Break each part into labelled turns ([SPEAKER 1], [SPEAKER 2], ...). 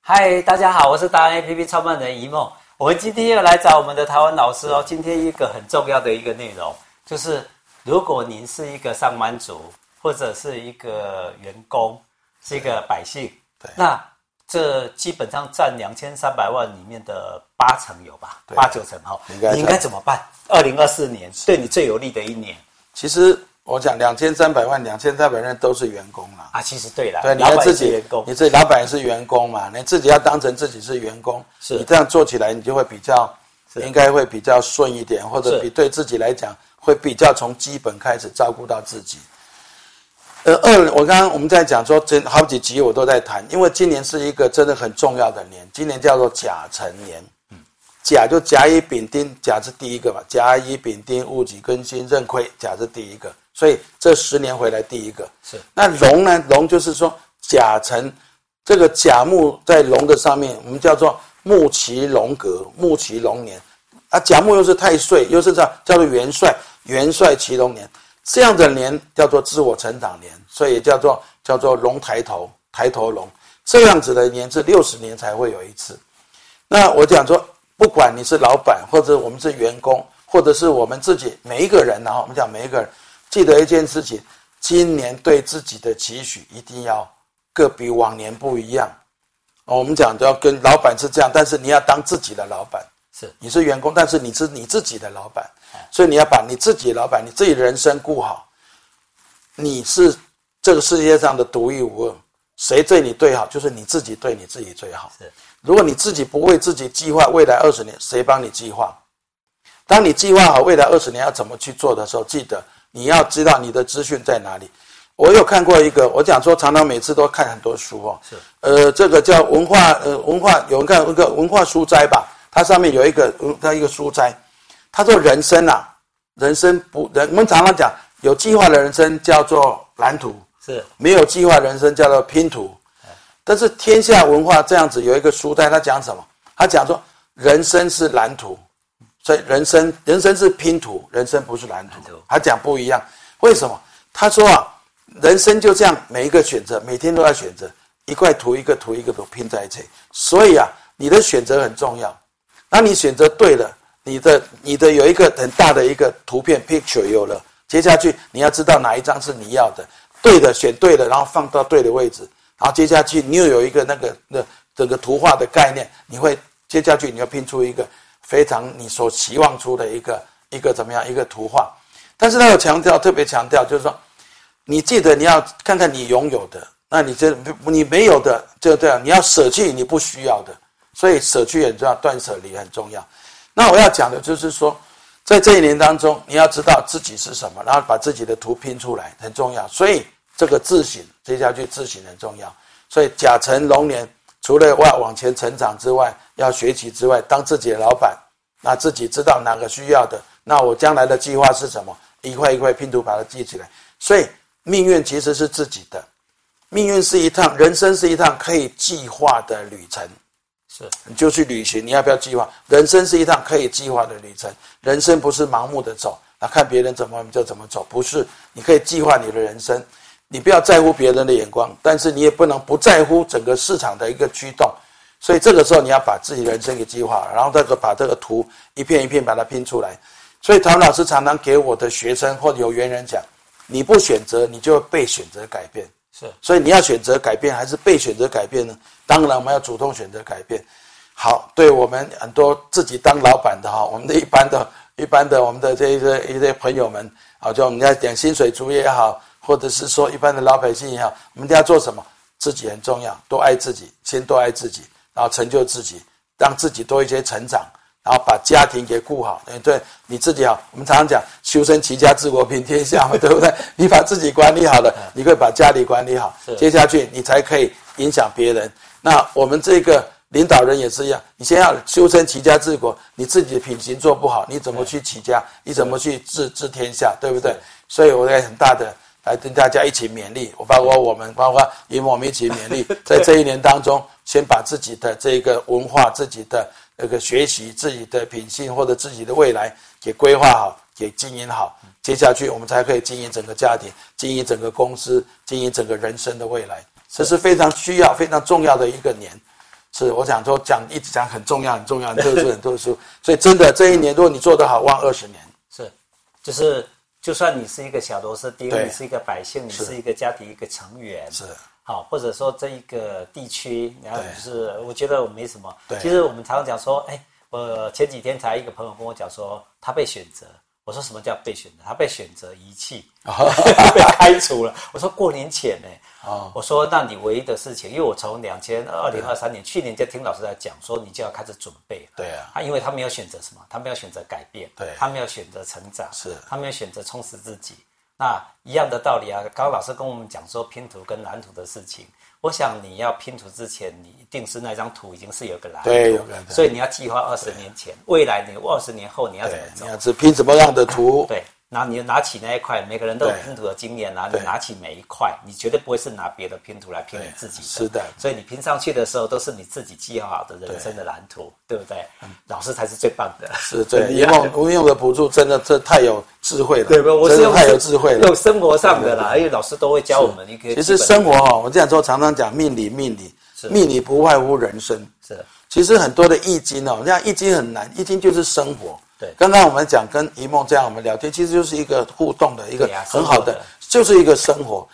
[SPEAKER 1] 嗨，大家好，我是达人 APP 创办人一梦。我们今天又来找我们的台湾老师哦。今天一个很重要的一个内容，就是如果您是一个上班族，或者是一个员工，是一个百姓，
[SPEAKER 2] 对
[SPEAKER 1] 那这基本上占两千三百万里面的八成有吧，
[SPEAKER 2] 对
[SPEAKER 1] 八九成哈。
[SPEAKER 2] 应该
[SPEAKER 1] 你应该怎么办？二零二四年对你最有利的一年
[SPEAKER 2] 其实我讲两千三百万，两千三百万都是员工啦。
[SPEAKER 1] 啊，其实对了，
[SPEAKER 2] 对，你
[SPEAKER 1] 老
[SPEAKER 2] 要
[SPEAKER 1] 板
[SPEAKER 2] 自
[SPEAKER 1] 是
[SPEAKER 2] 己
[SPEAKER 1] 员工
[SPEAKER 2] 你自己老板也是员工嘛，你自己要当成自己是员工，
[SPEAKER 1] 是
[SPEAKER 2] 你这样做起来，你就会比较，应该会比较顺一点，或
[SPEAKER 1] 是
[SPEAKER 2] 者比对自己来讲，会比较从基本开始照顾到自己。呃，二，我刚刚我们在讲说，真好几集我都在谈，因为今年是一个真的很重要的年，今年叫做甲辰年。嗯甲就甲乙丙丁，甲是第一个嘛，甲乙丙丁戊己庚辛壬癸，甲是第一个，所以这十年回来第一个
[SPEAKER 1] 是
[SPEAKER 2] 那龙呢？龙就是说甲辰，这个甲木在龙的上面，我们叫做木奇龙格，木奇龙年。啊，甲木又是太岁，又是叫叫做元帅，元帅骑龙年，这样的年叫做自我成长年，所以叫做叫做龙抬头，抬头龙，这样子的年是六十年才会有一次。那我讲说，不管你是老板，或者我们是员工，或者是我们自己每一个人，啊然后我们讲每一个人，记得一件事情：今年对自己的期许一定要各比往年不一样。哦我们讲都要跟老板是这样，但是你要当自己的老板。
[SPEAKER 1] 是
[SPEAKER 2] 你是员工，但是你是你自己的老板，所以你要把你自己的老板、你自己的人生顾好。你是这个世界上的独一无二，谁对你最好，就是你自己对你自己最好。
[SPEAKER 1] 是
[SPEAKER 2] 如果你自己不为自己计划未来二十年，谁帮你计划？当你计划好未来二十年要怎么去做的时候，记得你要知道你的资讯在哪里。我有看过一个，我讲说常常每次都看很多书哦。
[SPEAKER 1] 是。
[SPEAKER 2] 呃，这个叫文化呃文化，有人看一个文化书斋吧，它上面有一个嗯它一个书斋，他说人生啊，人生不人，我们常常讲有计划的人生叫做蓝图，
[SPEAKER 1] 是
[SPEAKER 2] 没有计划人生叫做拼图。但是天下文化这样子有一个书呆，他讲什么？他讲说人生是蓝图，所以人生人生是拼图，人生不是蓝图
[SPEAKER 1] 图。
[SPEAKER 2] 他讲不一样，为什么？他说啊，人生就这样，每一个选择，每天都要选择一块图一个图一个图拼在一起。所以啊，你的选择很重要。那你选择对了，你的你的有一个很大的一个图片 picture 有了，接下去你要知道哪一张是你要的，对的选对了，然后放到对的位置，然后接下去你又有一个那个那整个图画的概念，你会接下去你要拼出一个非常你所期望出的一个一个怎么样一个图画。但是他有强调，特别强调就是说，你记得你要看看你拥有的，那你这你没有的就这样，你要舍弃你不需要的，所以舍去很重要，断舍离很重要。那我要讲的就是说，在这一年当中，你要知道自己是什么，然后把自己的图拼出来很重要。所以这个自省，接下去自省很重要。所以甲辰龙年，除了要往前成长之外，要学习之外，当自己的老板，那自己知道哪个需要的，那我将来的计划是什么，一块一块拼图把它记起来。所以命运其实是自己的，命运是一趟，人生是一趟可以计划的旅程。
[SPEAKER 1] 是
[SPEAKER 2] 你就去旅行。你要不要计划？人生是一趟可以计划的旅程，人生不是盲目的走，那看别人怎么就怎么走，不是。你可以计划你的人生，你不要在乎别人的眼光，但是你也不能不在乎整个市场的一个驱动。所以这个时候你要把自己人生给计划，然后这个把这个图一片一片把它拼出来。所以唐老师常常给我的学生或者有缘人讲：你不选择，你就会被选择改变。
[SPEAKER 1] 是
[SPEAKER 2] 所以你要选择改变还是被选择改变呢？当然，我们要主动选择改变。好，对我们很多自己当老板的哈，我们的一般的、一般的我们的这一些一些朋友们啊，就我们要讲薪水族也好，或者是说一般的老百姓也好，我们都要做什么？自己很重要，多爱自己，先多爱自己，然后成就自己，让自己多一些成长，然后把家庭给顾好。哎，对你自己好，我们常常讲修身齐家治国平天下嘛，对不对？你把自己管理好了，你会把家里管理好
[SPEAKER 1] 是，
[SPEAKER 2] 接下去你才可以影响别人。那我们这个领导人也是一样，你先要修身齐家治国，你自己的品行做不好，你怎么去齐家？你怎么去治治天下？对不对？所以我在很大的来跟大家一起勉励，我包括我们，包括与我们一起勉励，在这一年当中，先把自己的这个文化、自己的那个学习、自己的品性或者自己的未来给规划好，给经营好，接下去我们才可以经营整个家庭、经营整个公司、经营整个人生的未来。这是非常需要、非常重要的一个年，是我想说讲一直讲很重要，很重要，很特殊，很特殊。所以真的这一年，如果你做得好，望二十年。
[SPEAKER 1] 是，就是就算你是一个小螺丝钉，
[SPEAKER 2] 对
[SPEAKER 1] 你是一个百姓，你是一个家庭一个成员，
[SPEAKER 2] 是
[SPEAKER 1] 好，或者说这一个地区，然后
[SPEAKER 2] 对
[SPEAKER 1] 就是我觉得我没什么。
[SPEAKER 2] 对
[SPEAKER 1] 其实我们常常讲说，哎，我前几天才一个朋友跟我讲说，他被选择。我说什么叫被选择？他被选择遗弃，
[SPEAKER 2] 啊
[SPEAKER 1] 被开除了。我说过年前呢、
[SPEAKER 2] 哦
[SPEAKER 1] 我说那你唯一的事情，因为我从两千二零二三年去年就听老师在讲，说你就要开始准备了。
[SPEAKER 2] 对啊
[SPEAKER 1] 他因为他没有选择什么，他没有选择改变，
[SPEAKER 2] 对
[SPEAKER 1] 他没有选择成长，
[SPEAKER 2] 是
[SPEAKER 1] 他没有选择充实自己。那一样的道理啊，刚刚老师跟我们讲说拼图跟蓝图的事情，我想你要拼图之前，你一定是那张图已经是有个蓝图，
[SPEAKER 2] 对有个蓝图
[SPEAKER 1] 所以你要计划二十年前，未来你二十年后你要怎
[SPEAKER 2] 对
[SPEAKER 1] 么，走
[SPEAKER 2] 哎你？要是拼什么样的图？
[SPEAKER 1] 对，然后你就拿起那一块，每个人都有
[SPEAKER 2] 对
[SPEAKER 1] 拼图的经验，然后啊你
[SPEAKER 2] 对
[SPEAKER 1] 拿起每一块，你绝对不会是拿别的拼图来拼你
[SPEAKER 2] 对
[SPEAKER 1] 自己的。
[SPEAKER 2] 是的
[SPEAKER 1] 所以你拼上去的时候，都是你自己计划好的人生的蓝图，对不对？老师才是最棒的。
[SPEAKER 2] 嗯是对，一梦吴用的补助真的这太有智慧了，
[SPEAKER 1] 对吧？我
[SPEAKER 2] 真
[SPEAKER 1] 是
[SPEAKER 2] 的
[SPEAKER 1] 用
[SPEAKER 2] 太有智慧了。
[SPEAKER 1] 用生活上的啦，因为老师都会教我们一个基本的。
[SPEAKER 2] 其实生活哈、我这样说常常讲命理，命理，命理不外乎人生。
[SPEAKER 1] 是
[SPEAKER 2] 其实很多的易经哦，像易经很难，易经就是生活。
[SPEAKER 1] 对
[SPEAKER 2] 刚刚我们讲跟一梦这样我们聊天，其实就是一个互动的一个
[SPEAKER 1] 对啊
[SPEAKER 2] 很好
[SPEAKER 1] 生活
[SPEAKER 2] 的
[SPEAKER 1] 的，嗯
[SPEAKER 2] 就是一个生活。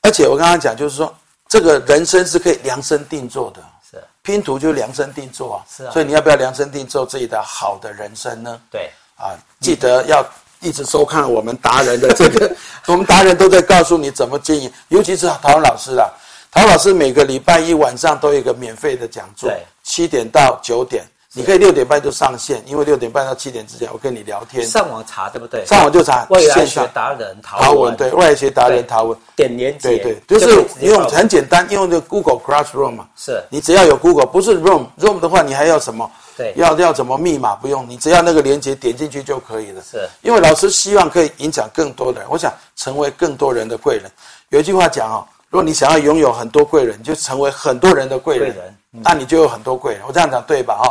[SPEAKER 2] 而且我刚刚讲就是说，这个人生是可以量身定做的。
[SPEAKER 1] 是，
[SPEAKER 2] 拼图就量身定做啊。
[SPEAKER 1] 是啊
[SPEAKER 2] 所以你要不要量身定做自己的好的人生呢？
[SPEAKER 1] 对，
[SPEAKER 2] 啊，记得要一直收看我们达人的这 个，我们达人都在告诉你怎么经营，尤其是陶老师啦。陶老师每个礼拜一晚上都有一个免费的讲座
[SPEAKER 1] 对，
[SPEAKER 2] 七点到九点，你可以六点半就上线，因为六点半到七点之前我跟你聊天，
[SPEAKER 1] 上网查对不对？
[SPEAKER 2] 上网就查
[SPEAKER 1] 未来
[SPEAKER 2] 线
[SPEAKER 1] 学
[SPEAKER 2] 上
[SPEAKER 1] 达人陶
[SPEAKER 2] 陶文对外学达人
[SPEAKER 1] 对
[SPEAKER 2] 陶文。
[SPEAKER 1] 点连接，
[SPEAKER 2] 对对，就是
[SPEAKER 1] 可以直接
[SPEAKER 2] 因为我们
[SPEAKER 1] 报名
[SPEAKER 2] 很简单，用这个 Google Classroom 嘛，
[SPEAKER 1] 是
[SPEAKER 2] 你只要有 Google，不是 Room Room 的话，你还要什么？
[SPEAKER 1] 对
[SPEAKER 2] 要要怎么密码不用，你只要那个连接点进去就可以了。
[SPEAKER 1] 是
[SPEAKER 2] 因为老师希望可以影响更多的人，我想成为更多人的贵人。有一句话讲哦，如果你想要拥有很多贵人，你就成为很多人的贵人，
[SPEAKER 1] 贵人嗯
[SPEAKER 2] 那你就有很多贵人。我这样讲对吧？哈、哦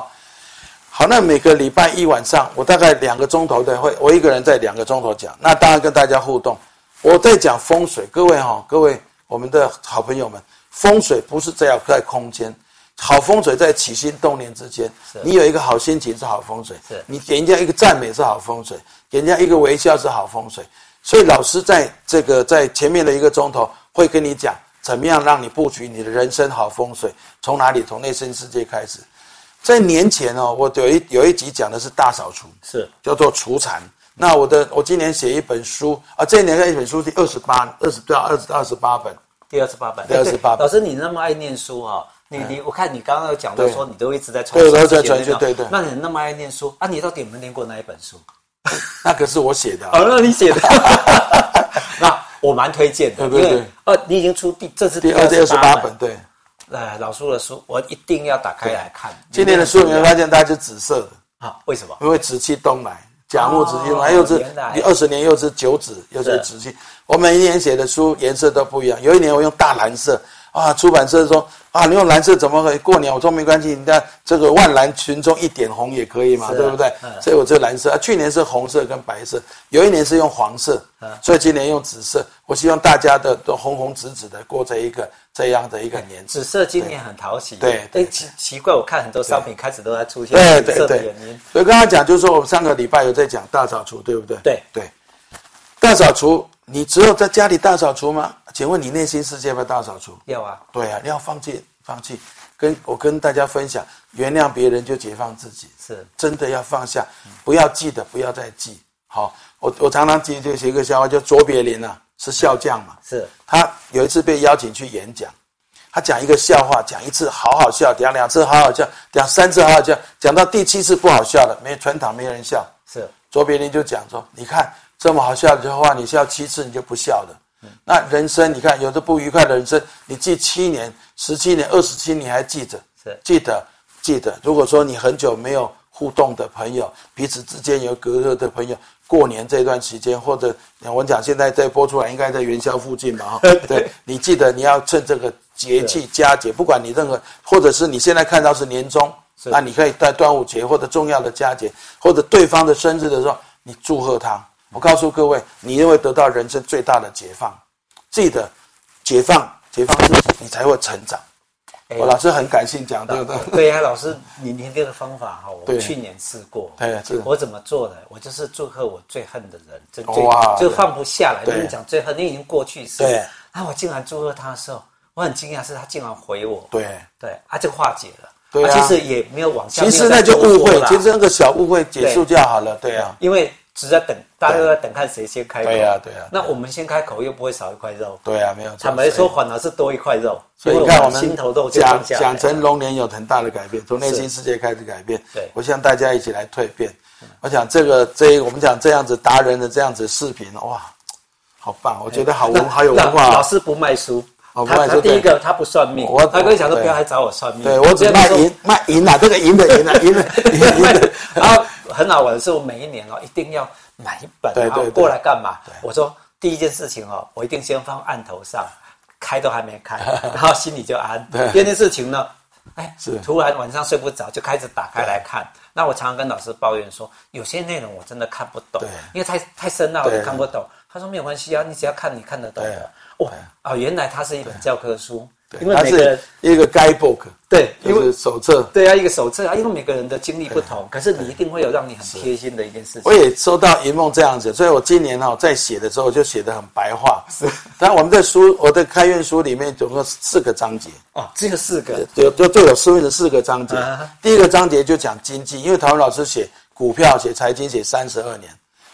[SPEAKER 2] 好，那每个礼拜一晚上，我大概两个钟头的会，我一个人在两个钟头讲。那当然跟大家互动，我在讲风水，各位哈、各位我们的好朋友们，风水不是只要在空间，好风水在起心动念之间。你有一个好心情是好风水
[SPEAKER 1] 是，
[SPEAKER 2] 你给人家一个赞美是好风水，给人家一个微笑是好风水。所以老师在这个在前面的一个钟头会跟你讲，怎么样让你布局你的人生好风水，从哪里从内心世界开始。在年前哦，我有一有一集讲的是大扫除，
[SPEAKER 1] 是
[SPEAKER 2] 叫做除残。那我的我今年写一本书啊，这一年的一本书是二十八二十对啊二十二十八本，
[SPEAKER 1] 第二十八本，
[SPEAKER 2] 第28 本
[SPEAKER 1] 老师，你那么爱念书哈、你你我看你刚刚有讲到
[SPEAKER 2] 对
[SPEAKER 1] 说你都一直在传
[SPEAKER 2] 哎对
[SPEAKER 1] 这
[SPEAKER 2] 我都在
[SPEAKER 1] 些
[SPEAKER 2] 传讯
[SPEAKER 1] 内容
[SPEAKER 2] 对对
[SPEAKER 1] 那你那么爱念书啊，你到底有没有念过那一本 书？
[SPEAKER 2] 那可是我写的啊、
[SPEAKER 1] 哦，那你写的， 那我蛮推荐的，
[SPEAKER 2] 对对对
[SPEAKER 1] 因为呃，你已经出第这是
[SPEAKER 2] 第二
[SPEAKER 1] 二
[SPEAKER 2] 第二十八本
[SPEAKER 1] 本，
[SPEAKER 2] 对。
[SPEAKER 1] 呃，老叔的书我一定要打开来看。
[SPEAKER 2] 今年的书你会发现它是紫色的，
[SPEAKER 1] 啊？为什么？
[SPEAKER 2] 因为紫气东来，甲木紫气东来，
[SPEAKER 1] 哦
[SPEAKER 2] 又是
[SPEAKER 1] 原来
[SPEAKER 2] 二十年又是九紫，又是紫气。我每一年写的书颜色都不一样，有一年我用大蓝色。啊，出版社说啊，你用蓝色怎么可以过年？我说没关系，你看这个万蓝群中一点红也可以嘛，
[SPEAKER 1] 是啊
[SPEAKER 2] 对不对？
[SPEAKER 1] 嗯
[SPEAKER 2] 所以我这蓝色、啊，去年是红色跟白色，有一年是用黄色，
[SPEAKER 1] 嗯
[SPEAKER 2] 所以今年用紫色。我希望大家的都红红紫紫的过这一个这样的一个年。
[SPEAKER 1] 紫色今年很讨喜，
[SPEAKER 2] 对对
[SPEAKER 1] 哎，奇奇怪，我看很多商品开始都在出现
[SPEAKER 2] 对
[SPEAKER 1] 紫
[SPEAKER 2] 对
[SPEAKER 1] 色的
[SPEAKER 2] 对
[SPEAKER 1] 原因，，
[SPEAKER 2] 所以刚刚讲就是说，我们上个礼拜有在讲大扫除，对不对？
[SPEAKER 1] 对
[SPEAKER 2] 对，大扫除，你只有在家里大扫除吗？请问你内心世界要不要大扫除？
[SPEAKER 1] 要啊，
[SPEAKER 2] 对啊，你要放弃，放弃。跟我跟大家分享，原谅别人就解放自己，
[SPEAKER 1] 是
[SPEAKER 2] 真的要放下，不要记得，不要再记。好，我我常常记就写一个笑话，叫卓别林啊，是笑匠嘛，
[SPEAKER 1] 嗯是
[SPEAKER 2] 他有一次被邀请去演讲，他讲一个笑话，讲一次好好笑，讲两次好好笑，讲三次好好笑，讲到第七次不好笑了，没全场没人笑。
[SPEAKER 1] 是
[SPEAKER 2] 卓别林就讲说：“你看这么好笑的话，你笑七次你就不笑了。那人生你看有的不愉快的人生，你记七年、十七年、二十七年还记着
[SPEAKER 1] 是，
[SPEAKER 2] 记得记得。如果说你很久没有互动的朋友，彼此之间有隔阂的朋友，过年这段期间或者我讲现在在播出来，应该在元宵附近吧？哈，对，你记得你要趁这个节气佳节，不管你任何，或者是你现在看到是年终。”
[SPEAKER 1] 是
[SPEAKER 2] 那你可以在端午节或者重要的佳节，或者对方的生日的时候，你祝贺他。我告诉各位，你认为得到人生最大的解放，记得解放解放自己，你才会成长。哦
[SPEAKER 1] 哎
[SPEAKER 2] 我老师很感性讲这个的，
[SPEAKER 1] 对呀、老师，你你这个方法哈，我
[SPEAKER 2] 对
[SPEAKER 1] 去年试过。
[SPEAKER 2] 对是
[SPEAKER 1] 我怎么做的？我就是祝贺我最恨的人，就最
[SPEAKER 2] 哇
[SPEAKER 1] 就放不下来。
[SPEAKER 2] 对
[SPEAKER 1] 跟你讲最恨，你已经过去式。
[SPEAKER 2] 对
[SPEAKER 1] 啊，我竟然祝贺他的时候，我很惊讶，是他竟然回我。
[SPEAKER 2] 对，
[SPEAKER 1] 对，啊，就化解了。
[SPEAKER 2] 对啊
[SPEAKER 1] 其实也没有往下。
[SPEAKER 2] 其实
[SPEAKER 1] 没
[SPEAKER 2] 那
[SPEAKER 1] 有再
[SPEAKER 2] 就
[SPEAKER 1] 多
[SPEAKER 2] 误
[SPEAKER 1] 说
[SPEAKER 2] 会，
[SPEAKER 1] 啦
[SPEAKER 2] 其实那个小误会结束就好了，对啊，
[SPEAKER 1] 因为只在等，大家都在等看谁先开口。
[SPEAKER 2] 对呀对呀
[SPEAKER 1] 那我们先开口，又不会少一块肉。
[SPEAKER 2] 对啊，没有错。
[SPEAKER 1] 坦白说，反而是多一块肉。
[SPEAKER 2] 所以，
[SPEAKER 1] 因
[SPEAKER 2] 所以你
[SPEAKER 1] 为
[SPEAKER 2] 看我
[SPEAKER 1] 们心头肉
[SPEAKER 2] 们
[SPEAKER 1] 就放
[SPEAKER 2] 讲
[SPEAKER 1] 下来了
[SPEAKER 2] 讲成龙年有很大的改变，从内
[SPEAKER 1] 是
[SPEAKER 2] 心世界开始改变。
[SPEAKER 1] 对嗯
[SPEAKER 2] 我向大家一起来蜕变。我想这个这我们讲这样子达人的这样子视频，哇，好棒！我觉得好文好有文化
[SPEAKER 1] 那老
[SPEAKER 2] 啊。
[SPEAKER 1] 师不卖书，
[SPEAKER 2] 哦不
[SPEAKER 1] 他
[SPEAKER 2] 卖书
[SPEAKER 1] 他第一
[SPEAKER 2] 对
[SPEAKER 1] 个他不算命
[SPEAKER 2] 我，
[SPEAKER 1] 他跟你讲说
[SPEAKER 2] 对
[SPEAKER 1] 不要来找我算命，
[SPEAKER 2] 对我只卖
[SPEAKER 1] 卖
[SPEAKER 2] 淫卖淫啊，这个淫的淫啊，淫的 淫 的淫的。
[SPEAKER 1] 然后很好玩的是，我每一年哦一定要买一本，
[SPEAKER 2] 对
[SPEAKER 1] 然后
[SPEAKER 2] 对对
[SPEAKER 1] 过来干嘛？我说第一件事情哦，我一定先放案头上，开都还没 开，然后心里就安。第二件事情呢，哎
[SPEAKER 2] 是，
[SPEAKER 1] 突然晚上睡不着，就开始打开来看。那我常常跟老师抱怨说，有些内容我真的看不懂
[SPEAKER 2] 对，
[SPEAKER 1] 因为太太深奥
[SPEAKER 2] 对
[SPEAKER 1] 了看不懂。他说没有关系啊，你只要看你看得懂
[SPEAKER 2] 对
[SPEAKER 1] 的。哦啊，原来它是一本教科书，因为
[SPEAKER 2] 它
[SPEAKER 1] 每个人
[SPEAKER 2] 是一个 guidebook，
[SPEAKER 1] 对，因
[SPEAKER 2] 就
[SPEAKER 1] 为
[SPEAKER 2] 是手册。
[SPEAKER 1] 对啊，一个手册啊，因为每个人的经历不同，可是你一定会有让你很贴心的一件事情哦
[SPEAKER 2] 我。也收到一梦这样子，所以我今年哈、在写的时候就写的很白话。是，但我们的书，我的开运书里面总共四个章节。
[SPEAKER 1] 哦，只有四个，
[SPEAKER 2] 有就就有书面的四个章节
[SPEAKER 1] 啊，
[SPEAKER 2] 第一个章节就讲经济，因为台湾老师写股票、写财经写三十二年，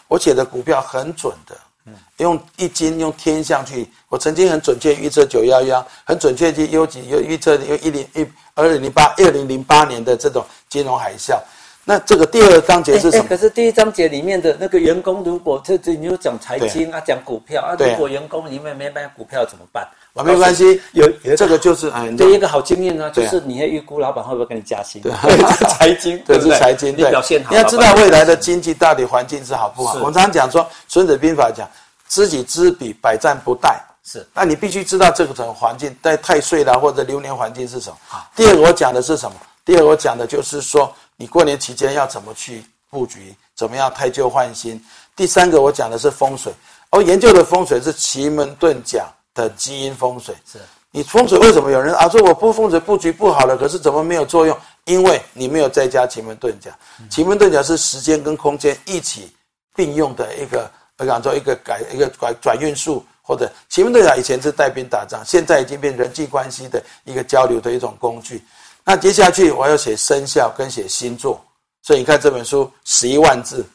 [SPEAKER 2] 我写的股票很准的，
[SPEAKER 1] 嗯
[SPEAKER 2] 用易经用天象去，我曾经很准确预测九幺幺，很准确去优几又预测又一零一二零零八二零零八年的这种金融海啸。那这个第二个章节是什
[SPEAKER 1] 哎哎
[SPEAKER 2] 么
[SPEAKER 1] 可？是第一章节里面的那个员工，如果这这你又讲财经啊，讲股票啊，
[SPEAKER 2] 对
[SPEAKER 1] 如果员工里面没买股票怎么办？
[SPEAKER 2] 啊，没关系，
[SPEAKER 1] 有有
[SPEAKER 2] 这个就是哎，
[SPEAKER 1] 对一个好经验呢，就
[SPEAKER 2] 对啊
[SPEAKER 1] 是你要预估老板会不会给你加薪，这是 财 经，
[SPEAKER 2] 对，
[SPEAKER 1] 不
[SPEAKER 2] 是财经，
[SPEAKER 1] 你
[SPEAKER 2] 对，
[SPEAKER 1] 表现好，
[SPEAKER 2] 你要知道
[SPEAKER 1] 老板
[SPEAKER 2] 未来的经济到底环境是好不好。
[SPEAKER 1] 是
[SPEAKER 2] 我们常讲说，《孙子兵法》讲“知己知彼，百战不殆”。
[SPEAKER 1] 是
[SPEAKER 2] 那你必须知道这个种环境，在太岁啦或者流年环境是什么。第二个我讲的是什么？第二个我讲的就是说，你过年期间要怎么去布局，怎么样太旧换新。第三个我讲的是风水，而我研究的风水是奇门遁甲的基因风水。
[SPEAKER 1] 是
[SPEAKER 2] 你风水为什么有人啊说我不风水布局不好了，可是怎么没有作用？因为你没有再加奇门遁甲。
[SPEAKER 1] 嗯
[SPEAKER 2] 奇门遁甲是时间跟空间一起并用的一个，我讲说一个改一个转转运术，或者奇门遁甲以前是带兵打仗，现在已经变人际关系的一个交流的一种工具。那接下去我要写生肖跟写星座，所以你看这本书十一万字，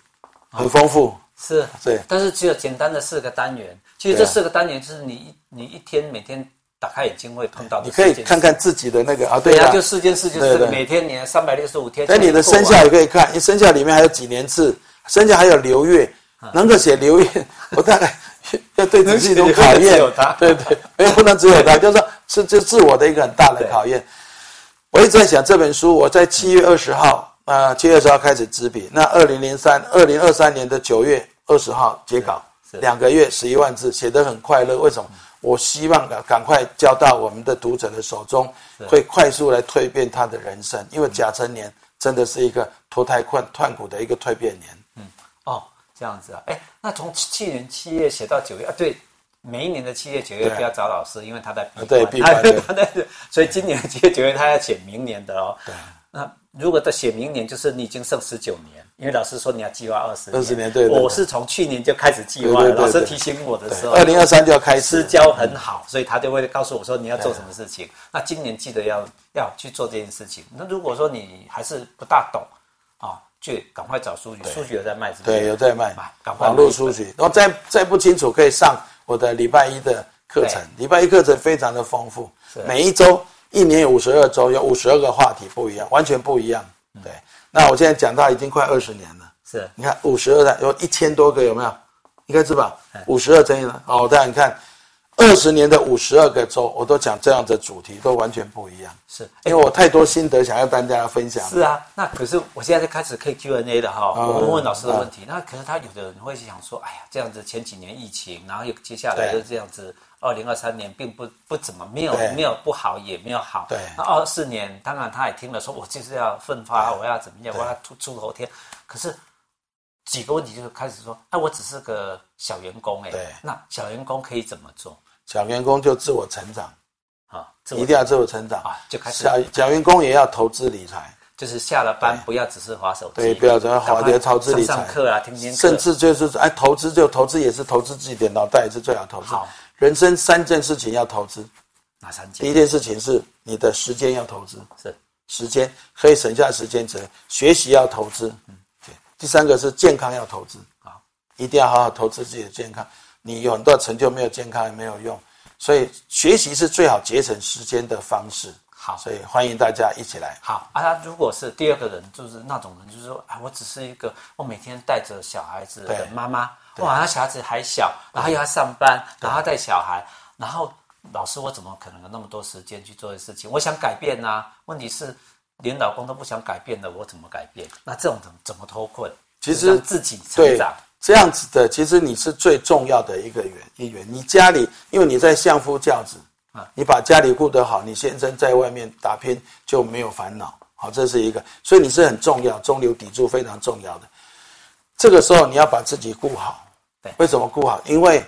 [SPEAKER 2] 很丰富。
[SPEAKER 1] 哦是，
[SPEAKER 2] 对
[SPEAKER 1] 但是只有简单的四个单元，其实这
[SPEAKER 2] 对啊
[SPEAKER 1] 四个单元就是你一你一天每天打开眼睛会碰到的
[SPEAKER 2] 你
[SPEAKER 1] 四
[SPEAKER 2] 可
[SPEAKER 1] 件
[SPEAKER 2] 以
[SPEAKER 1] 事，
[SPEAKER 2] 看看自己的那个啊，
[SPEAKER 1] 对
[SPEAKER 2] 呀、
[SPEAKER 1] 呀，就四件事，就是
[SPEAKER 2] 对
[SPEAKER 1] 这个
[SPEAKER 2] 对哎
[SPEAKER 1] 每天你三百六十五天。
[SPEAKER 2] 那你的生
[SPEAKER 1] 啊
[SPEAKER 2] 肖也可以看，你生肖里面还有几年次，生肖还有流月，
[SPEAKER 1] 啊
[SPEAKER 2] 能够写流月，我 大概要对自己一种考
[SPEAKER 1] 能写流月
[SPEAKER 2] 验
[SPEAKER 1] 只有他。
[SPEAKER 2] 对对，没有不能只有他，就是说是这自我的一个很大的考验。我一直在想这本书，我在七月二十号啊，七、月二十号开始执笔，那二零零三、二零二三年的九月二十号截稿
[SPEAKER 1] 是，
[SPEAKER 2] 两个月十一万字，写得很快乐。为什么？我希望赶赶快交到我们的读者的手中，会快速来蜕变他的人生，因为甲辰年真的是一个脱胎换换骨的一个蜕变年。
[SPEAKER 1] 哦，这样子啊，哎，那从去去年七月写到九月啊，对，每一年的七月九月
[SPEAKER 2] 对啊
[SPEAKER 1] 不要找老师，因为他在闭
[SPEAKER 2] 对
[SPEAKER 1] 关
[SPEAKER 2] 闭关
[SPEAKER 1] 他
[SPEAKER 2] 对
[SPEAKER 1] 他在，所以今年的七月九月他要写明年的哦。对，那如果他写明年，就是你已经剩十九年，因为老师说你要计划二十
[SPEAKER 2] 20年对对
[SPEAKER 1] 我是从去年就开始计划
[SPEAKER 2] 对
[SPEAKER 1] 了，
[SPEAKER 2] 对
[SPEAKER 1] 老
[SPEAKER 2] 对
[SPEAKER 1] 师
[SPEAKER 2] 对
[SPEAKER 1] 提醒我的时候，
[SPEAKER 2] 二零二三就要开始
[SPEAKER 1] 私，交很好，所以他就会告诉我说你要做什么事
[SPEAKER 2] 嗯
[SPEAKER 1] 情。那今年记得要要去做这件事情。那如果说你还是不大懂啊，就赶快找书局，书局有在卖是不是
[SPEAKER 2] 对，有在卖
[SPEAKER 1] 买，赶快
[SPEAKER 2] 网络
[SPEAKER 1] 买
[SPEAKER 2] 书籍。然后再再不清楚，可以上我的礼拜一的课程。礼拜一课程非常的丰富，每一周一年有五十二周，有五十二个话题不一样，完全不一样。
[SPEAKER 1] 嗯
[SPEAKER 2] 对，那我现在讲到已经快二十年了。
[SPEAKER 1] 是
[SPEAKER 2] 你看五十二的有一千多个，有没有？应该是吧？
[SPEAKER 1] 哎
[SPEAKER 2] 五十二乘以呢？哦，大家你看，二十年的五十二个州，我都讲这样的主题，都完全不一样。
[SPEAKER 1] 是
[SPEAKER 2] 因为我太多心得想要跟大家分享。
[SPEAKER 1] 是啊。那可是我现在就开始可以 Q&A 了哈，
[SPEAKER 2] 嗯
[SPEAKER 1] 我问问老师的问题。那可是他有的人会想说，哎呀，这样子前几年疫情，然后又接下来
[SPEAKER 2] 对
[SPEAKER 1] 就这样子。二零二三年并不不怎么，没有
[SPEAKER 2] 对
[SPEAKER 1] 没有不好，也没有好。
[SPEAKER 2] 对
[SPEAKER 1] 那二四年，当然他也听了说，我就是要奋发，我要怎么样，我要出出头天。可是几个问题就是开始说，哎、我只是个小员工哎、
[SPEAKER 2] 对
[SPEAKER 1] 那小员工可以怎么做？
[SPEAKER 2] 小员工就自我成长，
[SPEAKER 1] 啊，自我
[SPEAKER 2] 一定要自我成长
[SPEAKER 1] 啊就开始
[SPEAKER 2] 小小员工也要投资理财，
[SPEAKER 1] 就是下了班不要只是划手机，
[SPEAKER 2] 对，不要只要
[SPEAKER 1] 赶
[SPEAKER 2] 花
[SPEAKER 1] 快
[SPEAKER 2] 点投资理
[SPEAKER 1] 上
[SPEAKER 2] 财，
[SPEAKER 1] 上课啊，听听课，
[SPEAKER 2] 甚至就是哎，投资就投资也是投资自己的脑袋也是最好投资
[SPEAKER 1] 好。
[SPEAKER 2] 人生三件事情要投资，
[SPEAKER 1] 哪三
[SPEAKER 2] 第一
[SPEAKER 1] 件
[SPEAKER 2] 件事情是你的时间要投资，
[SPEAKER 1] 是
[SPEAKER 2] 时间可以省下时间只能学习要投资，嗯对。第三个是健康要投资，啊
[SPEAKER 1] 好，
[SPEAKER 2] 一定要好好投资自己的健康。你有很多成就没有健康也没有用，所以学习是最好节省时间的方式。
[SPEAKER 1] 好
[SPEAKER 2] 所以欢迎大家一起来。
[SPEAKER 1] 好啊。他如果是第二个人，就是那种人，就是说啊，我只是一个，我每天带着小孩子的
[SPEAKER 2] 对
[SPEAKER 1] 妈妈，哇，他小孩子还小，然后又要上班，然后带小孩，然后老师，我怎么可能有那么多时间去做这些事情？我想改变啊，问题是连老公都不想改变了，我怎么改变？那这种怎怎么脱困？
[SPEAKER 2] 其
[SPEAKER 1] 就是
[SPEAKER 2] 实
[SPEAKER 1] 让自己成
[SPEAKER 2] 对
[SPEAKER 1] 长，
[SPEAKER 2] 这样子的，其实你是最重要的一个员一员。你家里，因为你在相夫教子
[SPEAKER 1] 啊，
[SPEAKER 2] 你把家里顾得好，你先生在外面打拼就没有烦恼。好，这是一个，所以你是很重要，中流砥柱非常重要的。这个时候你要把自己顾好
[SPEAKER 1] 对。
[SPEAKER 2] 为什么顾好？因为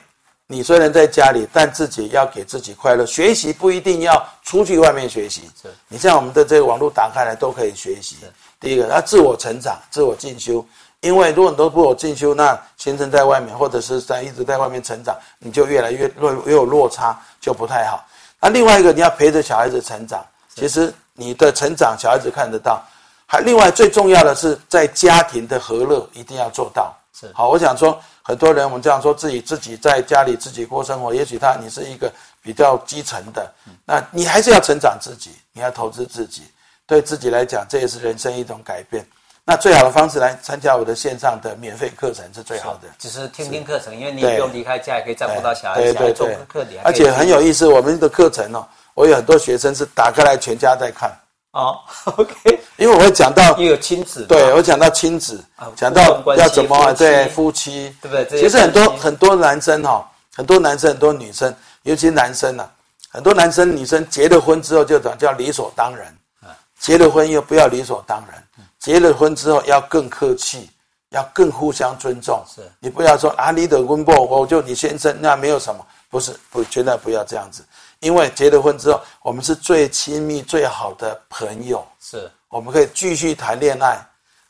[SPEAKER 2] 你虽然在家里，但自己要给自己快乐。学习不一定要出去外面学习
[SPEAKER 1] 是，
[SPEAKER 2] 你像我们的这个网络打开来都可以学习。第一个，要自我成长、自我进修。因为如果你都不自我进修，那先生在外面或者是在一直在外面成长，你就越来越落越有落差，就不太好。那另外一个，你要陪着小孩子成长。其实你的成长，小孩子看得到。还另外最重要的是，在家庭的和乐一定要做到。
[SPEAKER 1] 是
[SPEAKER 2] 好，啊我想说，很多人我们这样说自己自己在家里自己过生活，也许他你是一个比较基层的，
[SPEAKER 1] 嗯
[SPEAKER 2] 那你还是要成长自己，你要投资自己，对自己来讲，这也是人生一种改变。那最好的方式来参加我的线上的免费课程是最好的。
[SPEAKER 1] 只是啊听听课程，因为你
[SPEAKER 2] 对
[SPEAKER 1] 不用离开家，也可以照顾到小孩，
[SPEAKER 2] 对
[SPEAKER 1] 小孩
[SPEAKER 2] 对
[SPEAKER 1] 做
[SPEAKER 2] 对
[SPEAKER 1] 课你还可
[SPEAKER 2] 而
[SPEAKER 1] 以
[SPEAKER 2] 且很有意思。我们的课程哦，我有很多学生是打开来全家在看，
[SPEAKER 1] 哦 ，OK，
[SPEAKER 2] 因为我会讲到
[SPEAKER 1] 又有亲子嘛，
[SPEAKER 2] 对我讲到亲子
[SPEAKER 1] 啊，
[SPEAKER 2] 讲
[SPEAKER 1] 互
[SPEAKER 2] 到
[SPEAKER 1] 动关系
[SPEAKER 2] 要怎么
[SPEAKER 1] 夫妻
[SPEAKER 2] 对夫妻，
[SPEAKER 1] 对不对这些
[SPEAKER 2] 其实很多
[SPEAKER 1] 关系
[SPEAKER 2] 很多男生哈、很多男生很多女生，尤其男生呐、啊很多男生女生结了婚之后就讲叫理所当然，
[SPEAKER 1] 啊
[SPEAKER 2] 结了婚又不要理所当然，
[SPEAKER 1] 嗯
[SPEAKER 2] 结了婚之后要更客气，要更互相尊重。
[SPEAKER 1] 是
[SPEAKER 2] 你不要说啊，你的婚不，我就你先生，那没有什么，不是不，绝对不要这样子，因为结了婚之后，我们是最亲密最好的朋友。
[SPEAKER 1] 是
[SPEAKER 2] 我们可以继续谈恋爱，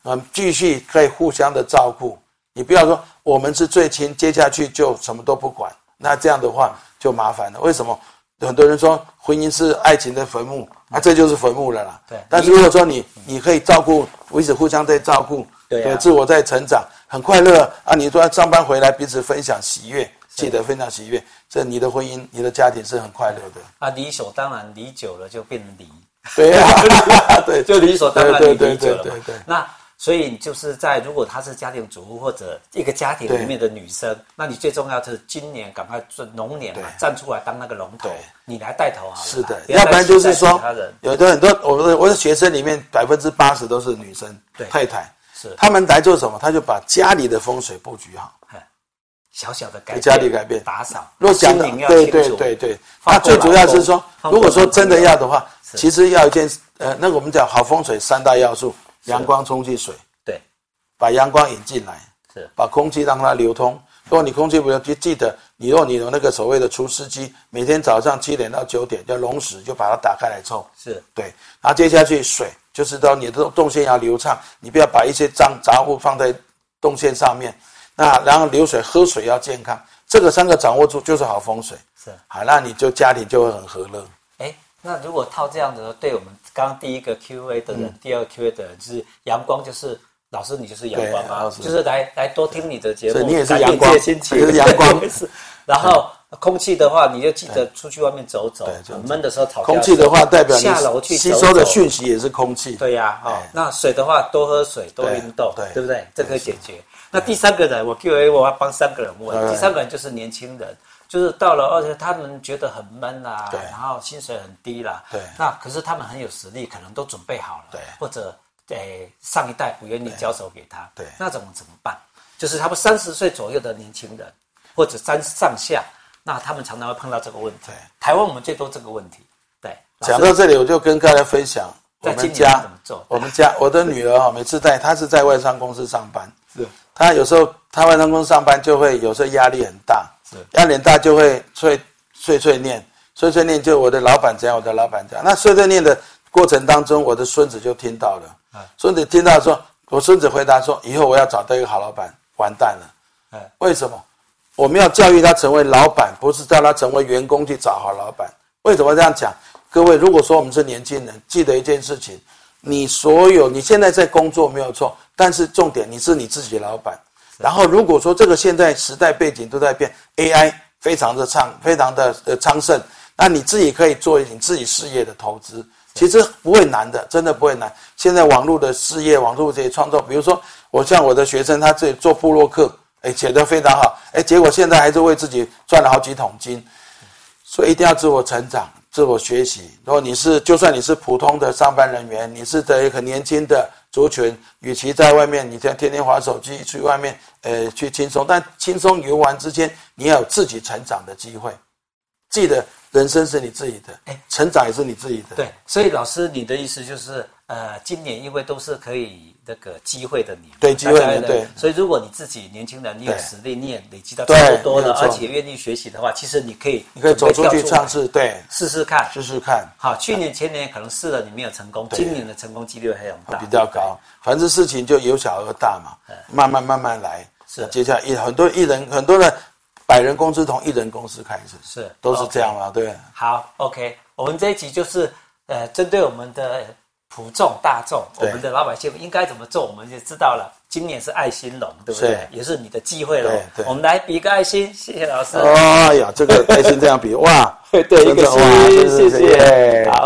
[SPEAKER 2] 嗯，继续可以互相的照顾。你不要说我们是最亲，接下去就什么都不管，那这样的话就麻烦了。为什么？很多人说婚姻是爱情的坟墓，啊，这就是坟墓了啦。
[SPEAKER 1] 嗯对
[SPEAKER 2] 但是如果说你你可以照顾，彼此互相在照顾，
[SPEAKER 1] 对啊
[SPEAKER 2] 自我在成长，很快乐啊。你说上班回来彼此分享喜悦，记得分享喜悦，这你的婚姻、你的家庭是很快乐 的。
[SPEAKER 1] 啊，理所当然，理久了就变成理，
[SPEAKER 2] 对 啊， 对，
[SPEAKER 1] 就理所当然你
[SPEAKER 2] 对
[SPEAKER 1] 理
[SPEAKER 2] 对
[SPEAKER 1] 久
[SPEAKER 2] 对
[SPEAKER 1] 了
[SPEAKER 2] 对
[SPEAKER 1] 嘛
[SPEAKER 2] 对。
[SPEAKER 1] 那所以你就是在如果她是家庭主妇或者一个家庭里面的女生，那你最重要就是今年赶快做龙年嘛，
[SPEAKER 2] 对
[SPEAKER 1] 站出来当那个龙头
[SPEAKER 2] 对，
[SPEAKER 1] 你来带头好了啦。
[SPEAKER 2] 是的，
[SPEAKER 1] 要
[SPEAKER 2] 要不然
[SPEAKER 1] 再
[SPEAKER 2] 就是
[SPEAKER 1] 期待
[SPEAKER 2] 说
[SPEAKER 1] 其他人，
[SPEAKER 2] 有的很多我的我的学生里面百分之八十都是女生
[SPEAKER 1] 对
[SPEAKER 2] 太太，
[SPEAKER 1] 是
[SPEAKER 2] 他们来做什么？他就把家里的风水布局好，
[SPEAKER 1] 哎小小的改
[SPEAKER 2] 在
[SPEAKER 1] 变，
[SPEAKER 2] 家里改变。
[SPEAKER 1] 打扫，
[SPEAKER 2] 若讲
[SPEAKER 1] 心
[SPEAKER 2] 的
[SPEAKER 1] 灵要
[SPEAKER 2] 对
[SPEAKER 1] 清
[SPEAKER 2] 对
[SPEAKER 1] 楚
[SPEAKER 2] 对对，
[SPEAKER 1] 放
[SPEAKER 2] 那
[SPEAKER 1] 过
[SPEAKER 2] 最主要是说
[SPEAKER 1] 老，公
[SPEAKER 2] 如果说真的要的话，
[SPEAKER 1] 是
[SPEAKER 2] 其实要一件呃，那个我们讲好风水三大要素：阳光、空气、水，
[SPEAKER 1] 对
[SPEAKER 2] 把阳光引进来，
[SPEAKER 1] 是
[SPEAKER 2] 把空气让它流通。如果你空气不流，就记得你若你有那个所谓的除湿机，每天早上七点到九点叫龙屎就把它打开来抽。
[SPEAKER 1] 是
[SPEAKER 2] 对，然后接下去水就是到你的动线要流畅，你不要把一些脏杂物放在动线上面。那然后流水喝水要健康，这个三个掌握住就是好风水。
[SPEAKER 1] 是。
[SPEAKER 2] 好，那你就家庭就会很和乐。
[SPEAKER 1] 哎，那如果套这样子的，对我们刚刚第一个 Q&A 的
[SPEAKER 2] 嗯
[SPEAKER 1] 人，第二个 Q&A 的人，就是阳光，就是老师你就是阳光
[SPEAKER 2] 对
[SPEAKER 1] 啊
[SPEAKER 2] 老，师
[SPEAKER 1] 就是来来多听你的节
[SPEAKER 2] 所
[SPEAKER 1] 目，
[SPEAKER 2] 以你也是
[SPEAKER 1] 改变
[SPEAKER 2] 阳光
[SPEAKER 1] 自己的心情
[SPEAKER 2] 你是阳光
[SPEAKER 1] 对 是然后空气的话，你就记得出去外面走走，很闷的时候吵架
[SPEAKER 2] 空气的话，代表
[SPEAKER 1] 下哦楼去
[SPEAKER 2] 你吸
[SPEAKER 1] 走
[SPEAKER 2] 收的
[SPEAKER 1] 走
[SPEAKER 2] 讯息也是空气。
[SPEAKER 1] 对呀、哦
[SPEAKER 2] 哎，
[SPEAKER 1] 那水的话，多喝水，多
[SPEAKER 2] 对
[SPEAKER 1] 运动，
[SPEAKER 2] 对
[SPEAKER 1] 不对？这可以解决。那第三个人，我 Q&A 我要帮三个人问，
[SPEAKER 2] 对
[SPEAKER 1] 第三个人就是年轻人，就是到了而且他们觉得很闷啦、
[SPEAKER 2] 对
[SPEAKER 1] 然后薪水很低啦，
[SPEAKER 2] 对
[SPEAKER 1] 那可是他们很有实力，可能都准备好了，
[SPEAKER 2] 对
[SPEAKER 1] 或者诶上一代不愿意交手给他，
[SPEAKER 2] 对
[SPEAKER 1] 那怎么怎么办？就是他们三十岁左右的年轻人，或者三上下，那他们常常会碰到这个问题
[SPEAKER 2] 对。
[SPEAKER 1] 台湾我们最多这个问题，对。老师
[SPEAKER 2] 讲到这里，我就跟大家分享我
[SPEAKER 1] 在今
[SPEAKER 2] 们
[SPEAKER 1] 年
[SPEAKER 2] 家
[SPEAKER 1] 怎么做
[SPEAKER 2] 我们家我的女儿哈，每次在她是在外商公司上班，
[SPEAKER 1] 是
[SPEAKER 2] 她有时候她外商公司上班就会有时候压力很大，
[SPEAKER 1] 是
[SPEAKER 2] 压力很大就会碎碎碎念，碎碎念就我的老板怎样，我的老板怎样。那碎碎念的过程当中，我的孙子就听到了。孙子听到说，我孙子回答说，以后我要找到一个好老板，完蛋了。
[SPEAKER 1] 嗯
[SPEAKER 2] 为什么？我们要教育他成为老板，不是叫他成为员工去找好老板。为什么这样讲？各位，如果说我们是年轻人，记得一件事情：你所有你现在在工作没有错，但是重点你是你自己老板。然后，如果说这个现在时代背景都在变，AI 非常的畅，非常的呃昌盛，那你自己可以做你自己事业的投资，其实不会难的，真的不会难。现在网络的事业，网络这些创作，比如说我像我的学生，他自己做部落客，哎，写得非常好，哎，结果现在还是为自己赚了好几桶金，所以一定要自我成长、自我学习。如果你是，就算你是普通的上班人员，你是在一个年轻的族群，与其在外面你这样天天划手机去外面，呃，去轻松，但轻松游玩之间，你要有自己成长的机会。记得，人生是你自己的
[SPEAKER 1] 哎，
[SPEAKER 2] 成长也是你自己的。
[SPEAKER 1] 对，所以老师，你的意思就是，呃，今年因为都是可以那个机会的年，
[SPEAKER 2] 对机会
[SPEAKER 1] 大家
[SPEAKER 2] 年
[SPEAKER 1] 的
[SPEAKER 2] 对
[SPEAKER 1] 所以如果你自己年轻人，你有
[SPEAKER 2] 对
[SPEAKER 1] 实力，你也累积到
[SPEAKER 2] 对
[SPEAKER 1] 差不多了，
[SPEAKER 2] 没有错
[SPEAKER 1] 而且愿意学习的话，其实你可以
[SPEAKER 2] 你可以走出
[SPEAKER 1] 准备
[SPEAKER 2] 去
[SPEAKER 1] 跳来
[SPEAKER 2] 尝试，对，
[SPEAKER 1] 试试看。
[SPEAKER 2] 试试看。
[SPEAKER 1] 好，去年前年可能试了，你没有成功，
[SPEAKER 2] 对
[SPEAKER 1] 今年的成功几率很
[SPEAKER 2] 会
[SPEAKER 1] 大，
[SPEAKER 2] 比较高。凡是事情就由小而大嘛，慢慢慢慢来。
[SPEAKER 1] 是
[SPEAKER 2] 接下来一很多艺人，很多的百人公司从一人公司开始，
[SPEAKER 1] 是
[SPEAKER 2] 都是这样嘛，对。
[SPEAKER 1] 好，OK，我们这一集就是呃，针对我们的普众大众，我
[SPEAKER 2] 对
[SPEAKER 1] 们的老百姓应该怎么做，我们就知道了。今年是爱心龙，对不对？
[SPEAKER 2] 是
[SPEAKER 1] 也是你的机会了
[SPEAKER 2] 对。对
[SPEAKER 1] 我们来比一个爱心，谢谢老师。
[SPEAKER 2] 哎呀，这个开心这样比哇，
[SPEAKER 1] 哦 对，一
[SPEAKER 2] 真
[SPEAKER 1] 个
[SPEAKER 2] 的哇
[SPEAKER 1] 心，谢
[SPEAKER 2] 真是哎
[SPEAKER 1] 谢。好，OK。